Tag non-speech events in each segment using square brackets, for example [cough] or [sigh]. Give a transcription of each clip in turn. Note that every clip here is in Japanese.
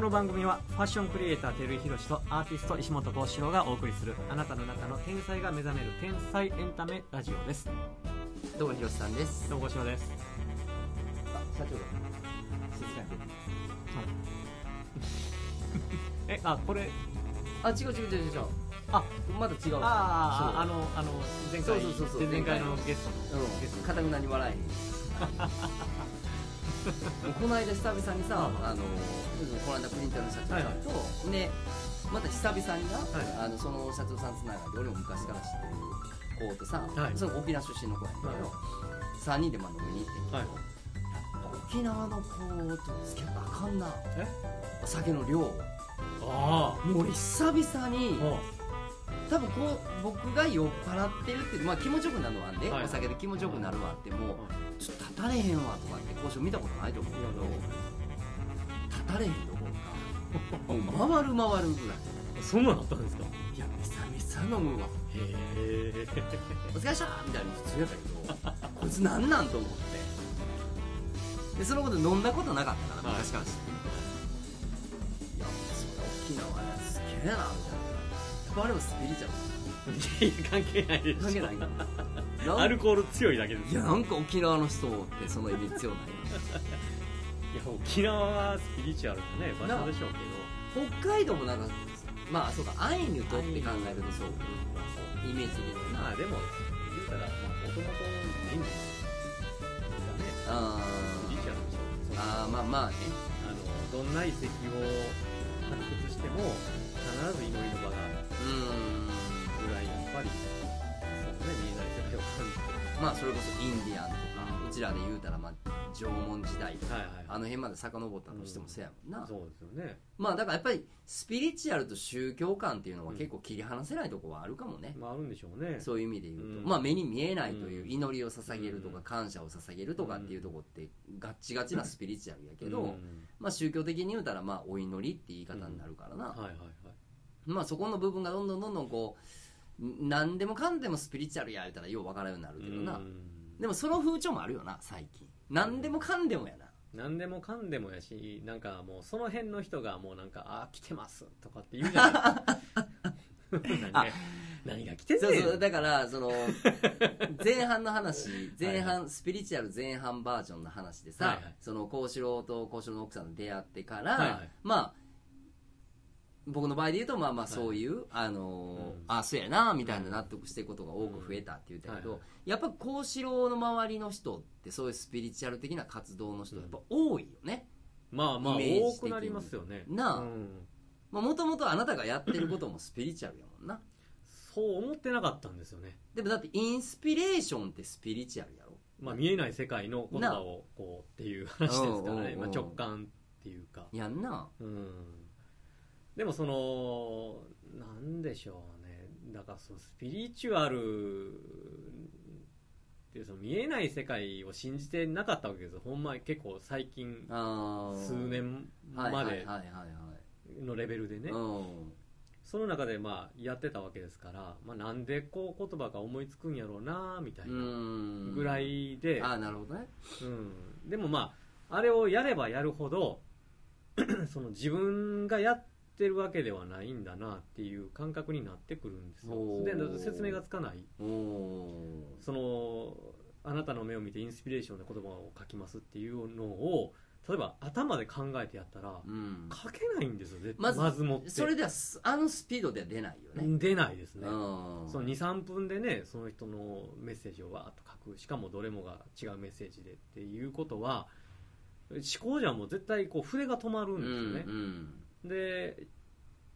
の番組はファッションクリエイター照井宏とアーティスト石本幸四郎がお送りするあなたの中の天才が目覚める天才エンタメラジオですどうもひろしさんです。どうも幸四郎ですあ、社長だ。すいまえあこれせん。あ、違う違う違う違う。あまだ違う。あああそうのあの前回そうそうそうそう前々回のゲスゲスうん、かたくなに笑 [laughs] えへんこの間久々にさ、うんあのこの間プリンターの社長さんと、でまた久々にな、いあのその社長さんつながりで俺も昔から知ってる子とさ、はいその沖縄出身の子やねんけど、はい3人でまあ飲みに行ってんけど、はい沖縄の子と付き合ったらあかんなえお酒の量もトあう俺久々に、あも多分こう僕が酔っ払ってるって、まあ、気持ちよくなるわんで、はいお酒で気持ちよくなるわってもう、はちょっと立たれへんわとかって交渉見たことないと思ういやどうもけど立たれへんどころかもう回る回るぐらいうそんなのあったんですかいやめさめさ飲むわへえお疲れっしたみたいに普通やったけどこいつなんなんと思ってでそのこと飲んだことなかったからはい昔から知ってるいやそれ沖縄やすげえなみたいなやっぱあれもスピリチュア関係ないでルしょ関係ないか [laughs] なアルコール強いだけですいやなんか沖縄の人ってそのエビ強ないいや沖縄はスピリチュアルなね場所でしょうけど北海道もなんかまあそうかアイヌとって考えるとそうまあそうイメージでるまなあでも言うたらもともと人類がねスピリチュアルでしょそのあーあーまあまあねあのどんな遺跡を発掘しても必ず祈りの場があるうーぐらいやっぱりそうね見えない世界を感じてんまあそれこそインディアンとかうちらで言うたらまあ縄文時代とかはいあの辺まで遡ったとしてもそうやもんな、そうですよねまあだからやっぱりスピリチュアルと宗教観っていうのは結構切り離せないとこはあるかもね、まああるんでしょうねそういう意味で言うと、うんまあ目に見えないという祈りを捧げるとうかん感謝を捧げるとかっていうとこってガッチガチなスピリチュアルやけど、うんまあ宗教的に言うたらまあお祈りって言い方になるからな、はいはいはいまあそこの部分がどんどんどんどんこうん何でもかんでもスピリチュアルや言うたらよう分からんようになるけどな、うんでもその風潮もあるよな最近何でもかんでもやな何でもかんでもやしなんかもうその辺の人がもうなんか「あー来てます」とかって言うじゃない [laughs] ですか何が何が来てんそうねんそうだから [laughs] その前半の話前はい半スピリチュアル前半バージョンの話ではいさはいその幸四郎と幸四郎の奥さんと出会ってから、はいはいまあ僕の場合で言うとまあまあはいそういう、あのーうんあそうやなみたいな納得していくことが多く増えたって言ったけど、うんはいやっぱ幸四郎の周りの人ってそういうスピリチュアル的な活動の人やっぱ多いよね、まあまあイメージ的に多くなりますよねなあうんまあもともとあなたがやってることもスピリチュアルやもんなそう思ってなかったんですよねでもだってインスピレーションってスピリチュアルやろまあ見えない世界の言葉をこうっていう話ですからうんうんうねんまあ直感っていうかやんなうんでもそのなんでしょうねだからそのスピリチュアルっていうその見えない世界を信じてなかったわけですよほんま結構最近あー数年はいはまいはいではいはのレベルでいねうんその中でまあやってたわけですから、まあ、なんでこう言葉が思いつくんやろうなみたいうなんぐらいで、ああなるほどねうん、でもまああれをやればやるほど [clears throat] その自分がやってるわけではないんだなっていう感覚になってくるんですおよーでだって説明がつかないおおそのあなたの目を見てインスピレーションの言葉を書きますっていうのを例えば頭で考えてやったらうん書けないんですよ絶ま対ずまずもってそれではすあのスピードでは出ないよね出ないですねうんその23分でねその人のメッセージをわーっと書くしかもどれもが違うメッセージでっていうことは思考じゃもう絶対こう筆が止まるんうでんすよね、うんで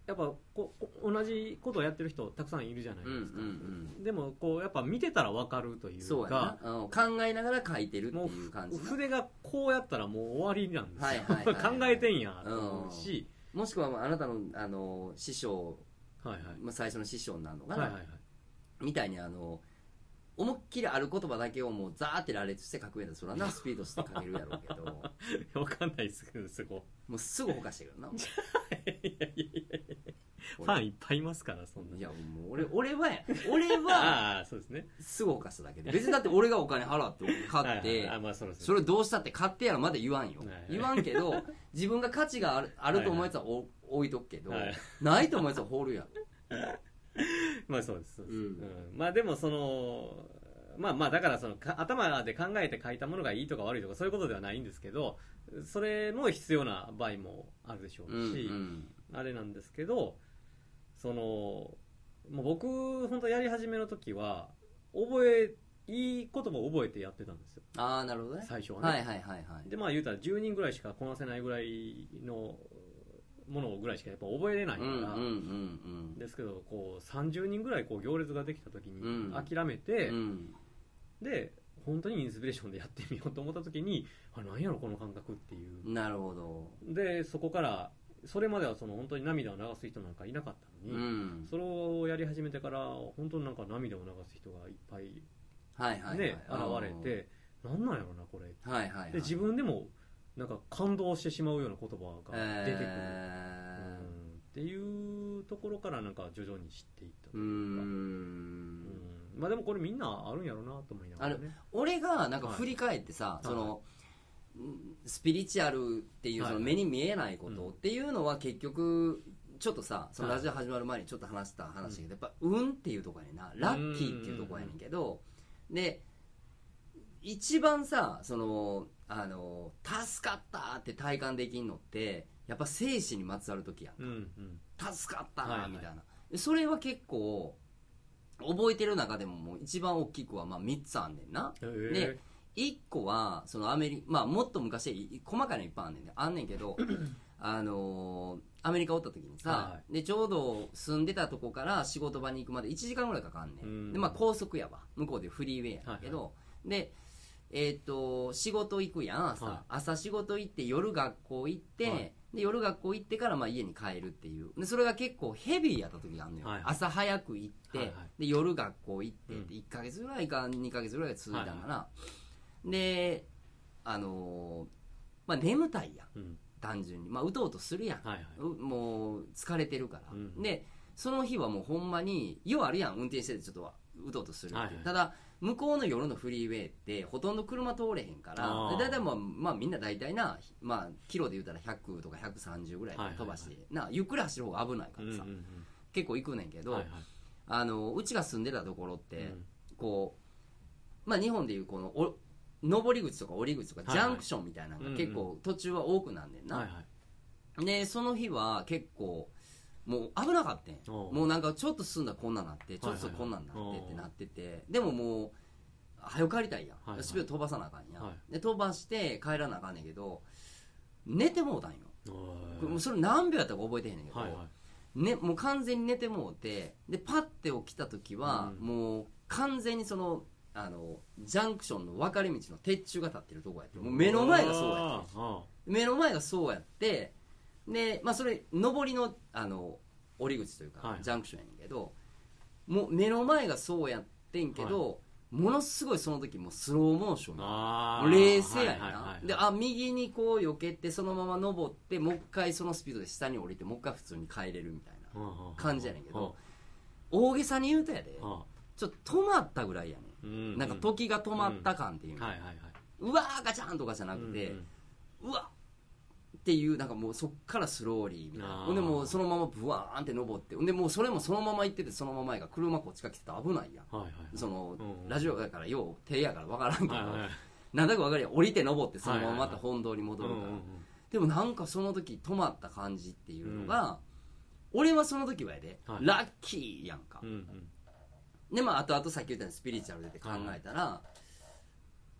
やっぱここ同じことをやってる人たくさんいるじゃないうんうですか、んでもこうやっぱ見てたら分かるというんうそうかやなうん考えながら書いてるってもういう感じな筆がこうやったらもう終わりなんですよ、はいはいはいはい [laughs] 考えてんやと思うし、もしくはあなたのあの師匠はいはいまあ最初の師匠になるのかはいはいなはい [laughs] みたいにあの思いっきりある言葉だけをもうザーって羅列して書くやつそらなスピードして書けるやろうけど分かんないですけどそこ [laughs] もうすぐほかしてくるないやいやいやいファンいっぱいいますから、そんな。いやもう俺俺はや俺はああ、そうですね。すごかしただけで別にだって俺がお金払って買っはいはいてあ、まあ、そろそそろ。れどうしたって買ってやらまだ言わんよはいはい言わんけど自分が価値があるあると思うやつはお置いとくけどはい [laughs] ないと思うやつは放るやんまあ、そうです。そうですうんうんまあ、でも、その、まあまあ、だから、その、か頭で考えて書いたものがいいとか悪いとか、そういうことではないんですけど、それも必要な場合もあるでしょうし、うんうんあれなんですけどそのもう僕本当やり始めの時は覚えいい言葉を覚えてやってたんですよああなるほどね最初はね、はいはいはいはいでまあ言うたら10人ぐらいしかこなせないぐらいのものぐらいしかやっぱ覚えれないうんかうら、んうんですけどこう30人ぐらいこう行列ができた時うんに諦めて、うんうんで本当にインスピレーションでやってみようと思った時に [laughs] あなんやろこの感覚っていうなるほどでそこからそれまではその本当に涙を流す人なんかいなかったのうに、んそれをやり始めてから本当になんか涙を流す人がいっぱいね、はいはいはい現れてなんなんやろなこれうんはいはいはいで自分でもなんか感動してしまうような言葉が出てくる、えうーんっていうところからなんか徐々に知っていったとういーうか、うんんまあ、でもこれみんなあるんやろなと思いながらね俺がなんか振り返ってさ、いその、スピリチュアルっていうはいその目に見えないことっていうのは結局ちょっとさそのラジオ始まる前にちょっと話した話だけど、やっぱ運っていうとこやねんなラッキーっていうとこやねんけどで一番さそのあの助かったって体感できんのってやっぱ生死にまつわる時やんうんうん助かったはいはないみたいな、それは結構覚えてる中でももう一番大きくはまあ3つあんねんなへで1個はそのアメリまあもっと昔いい細かいのいっぱいあんねんねあんねんけどあのーアメリカおった時にさ、はいはでちょうど住んでたとこから仕事場に行くまで1時間ぐらいかかんねうんんで、まあ、高速やわ向こうでフリーウェイやねんけど、でえっ、と仕事行くやん朝、はい朝仕事行って夜学校行って、はいで夜学校行ってからまあ家に帰るっていうでそれが結構ヘビーやった時があんのよ、はいはい朝早く行って、はいはいで夜学校行ってうん1か月ぐらいか2か月ぐらい続いたんかな、であのーまあ眠たいやんうん単純にまあうとうとするやん、はいはいうもう疲れてるから、うんでその日はもうほんまにようあるやん運転しててちょっとうとうとするっていう、はいはいただ向こうの夜のフリーウェイってほとんど車通れへんからあーで大体まあ、まあ、みんな大体な、まあ、キロで言うたら100とか130ぐらいはいはいはい飛ばして、なゆっくり走る方が危ないかうらんうんさ、うん結構行くねんけど、はいはいあのうちが住んでたところって、うんこう、まあ、日本でいうこのお上り口とか降り口とかはいジはいャンクションみたいなのうんうがん結構途中は多くなんねんな、はいはいでその日は結構もう危なかったんおうもうなんかちょっと進んだらこんなんなってちょっとはいはいはいこんなんなっておうってなっててでももう早く帰りたいやん、はいはいスピード飛ばさなあかんやん、はで飛ばして帰らなあかんねんけど寝てもうたんよ、おこれもいうそれ何秒やったか覚えてへんねんけど、はいはいね、もう完全に寝てもうてでパッて起きた時は、うんもう完全にそのあのジャンクションの分かれ道の鉄柱が立ってるとこやってもう目の前がそうやってあ目の前がそうやってで、まあ、それ上りのあの降り口というか、はいジャンクションやねんけどもう目の前がそうやってんけど、ものすごいその時もうスローモーションーなあー冷静やねんな、はいはいはいはいであ右にこう避けてそのまま登ってもう一回そのスピードで下に降りてもう一回普通に帰れるみたいな感じやねんけど大げさに言うとやでうんうんちょっと止まったぐらいやねうんんなんか時が止まった感っていうの、はいはいはいうわーガチャンとかじゃなくて、うわっっていうなんかもうそっからスローリーみたいなあーほんでもうそのままブワーンって登ってほんでもうそれもそのまま行っててそのままやから車こっちが来てたら危ないやんうんはいはいその、うんうんラジオだからよう手やから分からんけど、はいはいはいなんだか分かるやん降りて登ってそのまままはいはいたはい本堂に戻るから、うんうんでもなんかその時止まった感じっていうのが、俺はその時はやで、はいラッキーやんか、うんうんでまああとあとさっき言ったようにスピリチュアルでって考えたら、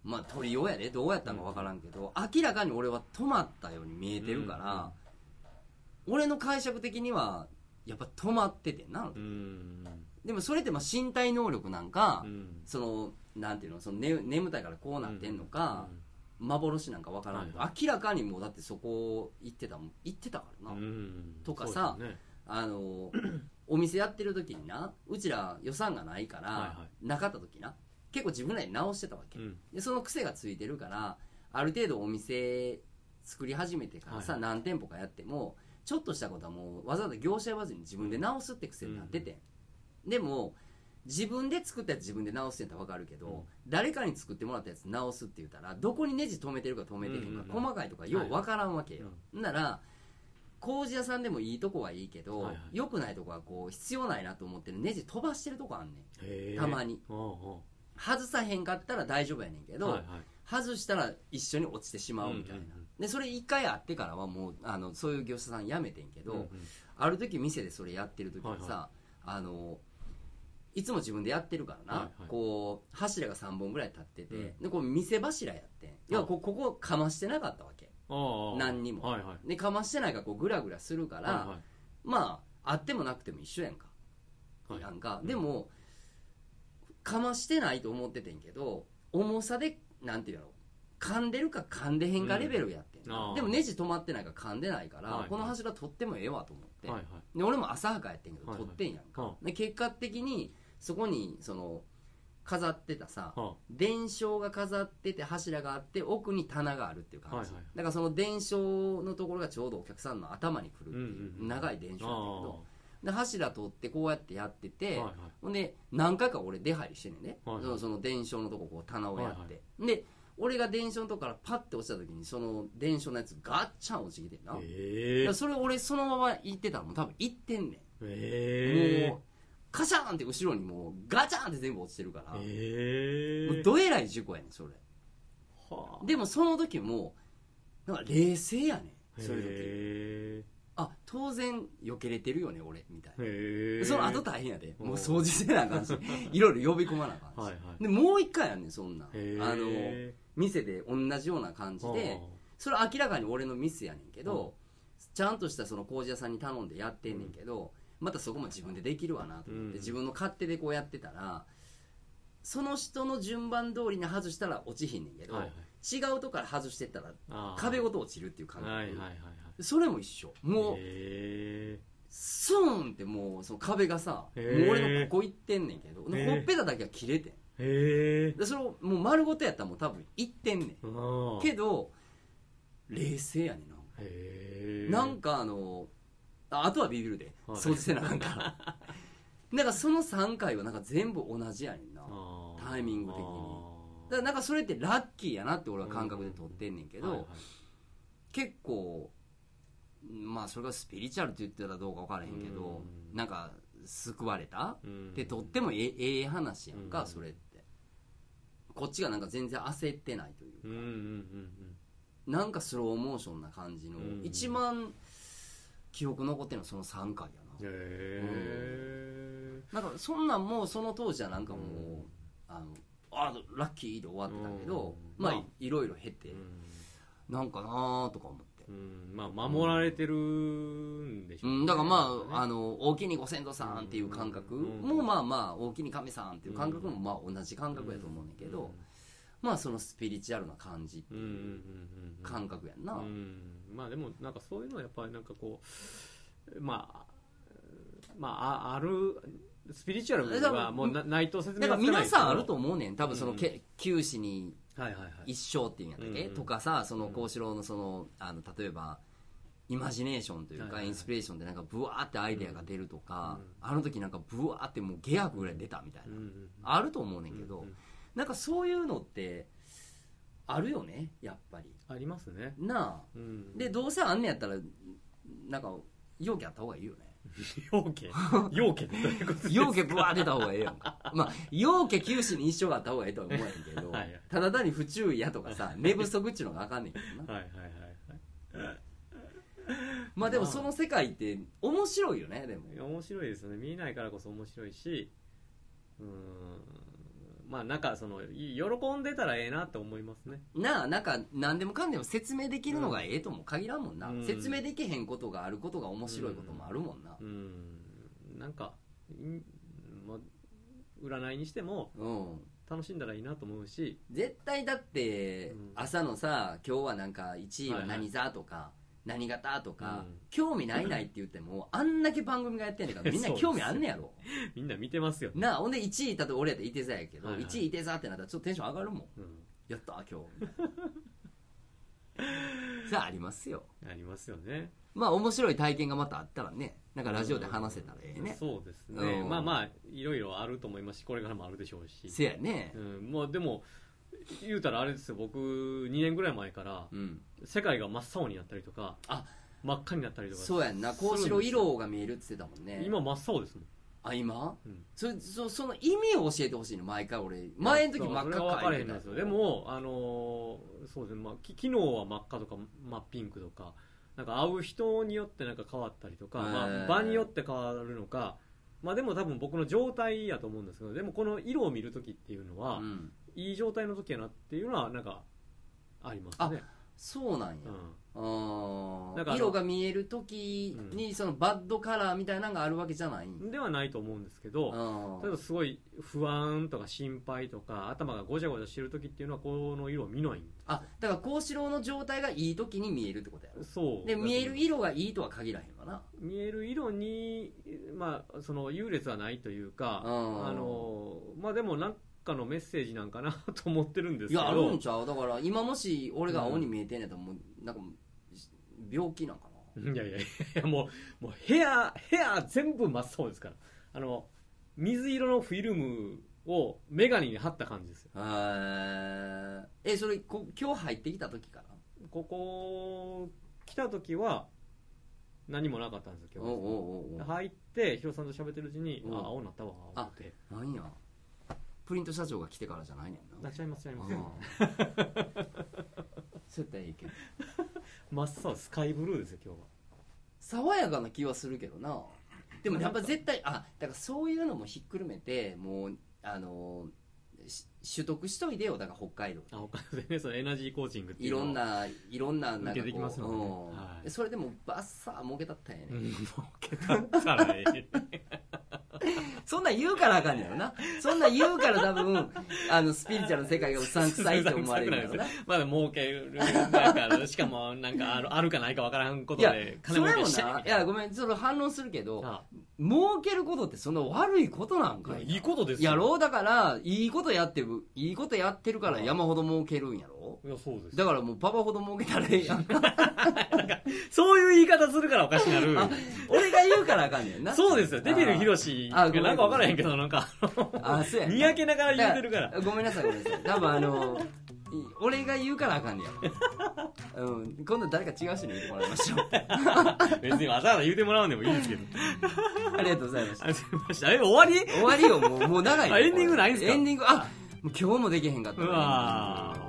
まあ取りようやでどうやったんか分からんけど、明らかに俺は止まったように見えてるから、俺の解釈的にはやっぱ止まっててんな、うんでもそれってまあ身体能力なんか、うんそのなんていうのその、ね、眠たいからこうなってんのか、幻なんか分からんけど、はい明らかにもうだってそこ行ってたもん行ってたからな、うんとかさそうですね [clears throat] あのお店やってる時になうちら予算がないから、はいはなかった時な結構自分らで直してたわけ、うんでその癖がついてるからある程度お店作り始めてからさ、はい何店舗かやってもちょっとしたことはもうわざわざ業者呼ばずに自分で直すって癖になってて、でも自分で作ったやつ自分で直すってやったら分かるけど、うん誰かに作ってもらったやつ直すって言ったらどこにネジ止めてるか止めてへんか、うんうんうん細かいとかよう分からんわけよ、なら工事屋さんでもいいとこはいいけど、はいはい良くないとこはこう必要ないなと思ってるネジ飛ばしてるとこあんねんへえたまにうんうん外さへんかったら大丈夫やねんけど、はいはい外したら一緒に落ちてしまうみたいな、うんうんうんでそれ一回あってからはもうあのそういう業者さんやめてんけど、うんうんある時店でそれやってる時にさ、はいはあのいつも自分でやってるからな、はいはいこう柱が3本ぐらい立ってて、うんでこう店柱やってんいやこここかましてなかったわけああああ何にもはいはいでかましてないからこうグラグラするから、はまああってもなくても一緒やんか、いはいなはいんかうんでもかましてないと思っててんけど重さでなんていうの噛んでるか噛んでへんかレベルやってんな、うんあーでもネジ止まってないから噛んでないから、はいはいこの柱取ってもええわと思って、はいはいで俺も浅はかやってんけどはい取はいってんやんか、はで結果的にそこにその飾ってたさは伝承が飾ってて柱があって奥に棚があるっていう感じ、はいはいだからその伝承のところがちょうどお客さんの頭に来るっていう、うんうん長い伝あ承あやったけどで柱取ってこうやってやってて、はいはいほんで何回か俺出入りしてんねんね、はいはいそのその伝承のとここう棚をやって、はいで俺が伝承のとこからパッて落ちた時にその伝承のやつガッチャン落ちてきてんな、えいえやそれ俺そのまま行ってたらもう多分行ってんねん、ええもうカシャーンって後ろにもうガチャーンって全部落ちてるから、ええもうどえらい事故やねんそれはあでもその時もなんか冷静やねんそういへう時あ当然避けれてるよね俺みたいえな、へえその後大変やでおうもう掃除せなあか [laughs] んしいろいろ呼び込まなあかんし、はいはいでもう一回やんねんそんなんあへえの店で同じような感じでそれは明らかに俺のミスやねんけど、ちゃんとしたその工事屋さんに頼んでやってんねんけど、またそこも自分でできるわなと思っうんて、自分の勝手でこうやってたらその人の順番通りに外したら落ちひんねんけど、はいはい違うとこから外してったらああ壁ごと落ちるっていう感じ、はいはいはいはいそれも一緒もう、へえスーンってもうその壁がさ、へもーう俺のここ行ってんねんけど、でへーほっぺただけは切れてんへえでそれをもう丸ごとやったらもう多分行ってんねんああけど冷静やねんなへえなんかあのああとはビビるで、はい掃除せなあかんから [laughs] なんかその3回はなんか全部同じやねんなだかああタイミング的にああらなんかそれってラッキーやなって俺は感覚で取ってんねんけど、はいはい結構まあそれがスピリチュアルって言ってたらどうか分からへんけど、うんなんか救われたうんって取ってもええええ話やんか、うんそれってこっちがなんか全然焦ってないといううんうんうんなんかスローモーションな感じの、うん一番記憶残ってるのはその3回やうんへえななんかそんなんもうその当時はなんかもう、うんあのあラッキーで終わってたけど、うんまあ、まあいろいろ経て、うんなんかなーとか思って、うんまあ守られてるんでしょうん、だからまああのの大きにご先祖さんっていう感覚うんもまあまあ大きに神さんっていう感覚もまあ同じ感覚やと思うねんだけど、まあそのスピリチュアルな感じってうんうんういうんうん感覚やんな、うん、まあでもなんかそういうのはやっぱりなんかこうまあまあああるスピリチュアルはもうなないと説だ明はつかからない皆ですけどさんあると思うねん多分その、うんけ九死にはいはいはい一生っていうんやったっけ、うんうんとかさその幸四郎のそのあの例えばイマジネーションというはいか、はいはいインスピレーションでなんかブワーってアイデアが出るとか、うんあの時なんかブワーってもう下役ぐらい出たみたいな、うんうんあると思うねんけど、うんうんなんかそういうのってあるよねやっぱりありますね、なあうん、でどうせあんねやったらなんか容器あった方がいいよ [laughs] ね陽気陽気ってどういうことですか容器ブワー出た方がええやんかまあ容器九死に一生があった方がええとは思わへんけどはいはいただ単に不注意やとかさ寝不足っちゅうのがあかんねんけどなはいはいはいはいまあでもその世界って面白いよねでもいや面白いですよね見えないからこそ面白いしうんまあなんかそのい喜んでたらええなって思いますねなあなんか何でもかんでも説明できるのがええとも限らんもんな、うん説明できへんことがあることが面白いこともあるもんなうんなんかいんまあ占いにしてもうん、楽しんだらいいなと思うし絶対だってうん朝のさ今日はなんか1位は何座とか、何型とか、うん興味ないないって言ってもあんだけ番組がやってんねんからみん [laughs] なそうです興味あんねやろみんな見てますよ、なあほんで1位だと俺やったらいて座やけど、はいはい1位いて座ってなったらちょっとテンション上がるもんうん、 [laughs] やった今日さあありますよありますよねまあ面白い体験がまたあったらねなんかラジオで話せたらええね、そうですね、うんまあまあいろいろあると思いますしこれからもあるでしょうし、せやねうん、まあでも言うたらあれですよ僕2年ぐらい前からうん世界が真っ青になったりとかあ真っ赤になったりとかそうやんなこうしろ色が見えるって言ってたもんね今真っ青ですもんあ今うんそれそその意味を教えてほしいの毎回俺前の時真っそれは赤分か書れいへてんたですよでもあのーそうですね、まあ、き昨日は真っ赤とか真っピンクとかなんか会う人によってなんか変わったりとか、へまあ、ー場によって変わるのかまあでも多分僕の状態やと思うんですけどでもこの色を見る時っていうのは、うん、いい状態の時やなっていうのはなんかありますねそうなんや、うあーだから色が見える時にそのバッドカラーみたいなのがあるわけじゃないんやん、ではないと思うんですけど、あただすごい不安とか心配とか頭がごちゃごちゃしてる時っていうのはこの色を見ないんあだから幸四郎の状態がいい時に見えるってことやろそうで見える色がいいとは限らへんわな見える色にまあその優劣はないというかうんあのまあでもなんかのメッセージなんかなと思ってるんですいけどやあるんちゃうだから今もし俺が青に見えてんやったらもうなんか病気なんかないやいやいやもうもう部屋部屋全部真っ青ですからあの水色のフィルムを眼鏡に貼った感じですよへええそれこ今日入ってきた時からここ来た時は何もなかったんですおようお今日うおうおう入ってヒロさんと喋ってるうちにうんあ青になったわ思ってなんやプリント社長が来てからじゃないねんななっちゃいます [laughs] ちゃいますあーそうやったらいいけど真っ青スカイブルーですよ今日は爽やかな気はするけどなでもやっぱ絶対あだからそういうのもひっくるめてもうあのし取得しといてよだから北海道あ、お金でね、そのエナジーコーチングっていいうのをろん。ないろんななんかこう受けてきますのでねうんはいそれでもバッサー儲けたったんやね、うん、儲けたったらええ。 [laughs] そんなん言うからあかんねやろなそんなん言うから多分 [laughs] あのスピリチュアルの世界がうさんくさいって思われるんやろな [laughs] まだ儲ける、なんか、しかも、なんかある、あるかないかわからんこといやで、それ儲けもしてみなたいやごめんちょっと反論するけどあ儲けることってそんな悪いことなんかいいいことですよやろうだからいいことやってるいいことやってるから山ほど儲けるんやろいや、そうです。だからもうパパほど儲けたらええ [laughs] やんそういう言い方するからおかしなる。あ俺が言うからあかんねんなそうですよ。デビルヒロシあごめんなんかわからへんけど、なんか、あそうやなにやけながら言ってるから。だ [laughs] ごめんなさいごめんなさい多分あのい俺が言うからあかんねや、うん、今度誰か違う人に言ってもらいましょ [laughs] う別にわざわざ言うてもらうんでもいいですけど。ありがとうございましたあ、すいません。え、終わり終わりよもうもう長いよあエンディングないんすかエンディングあもう今日もできへんかったうわー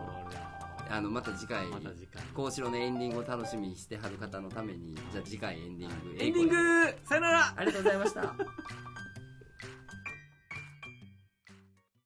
あのまた次回また次回。幸四郎のエンディングを楽しみにしてはる方のためにじゃあ次回エンディングエンディングさよならありがとうございました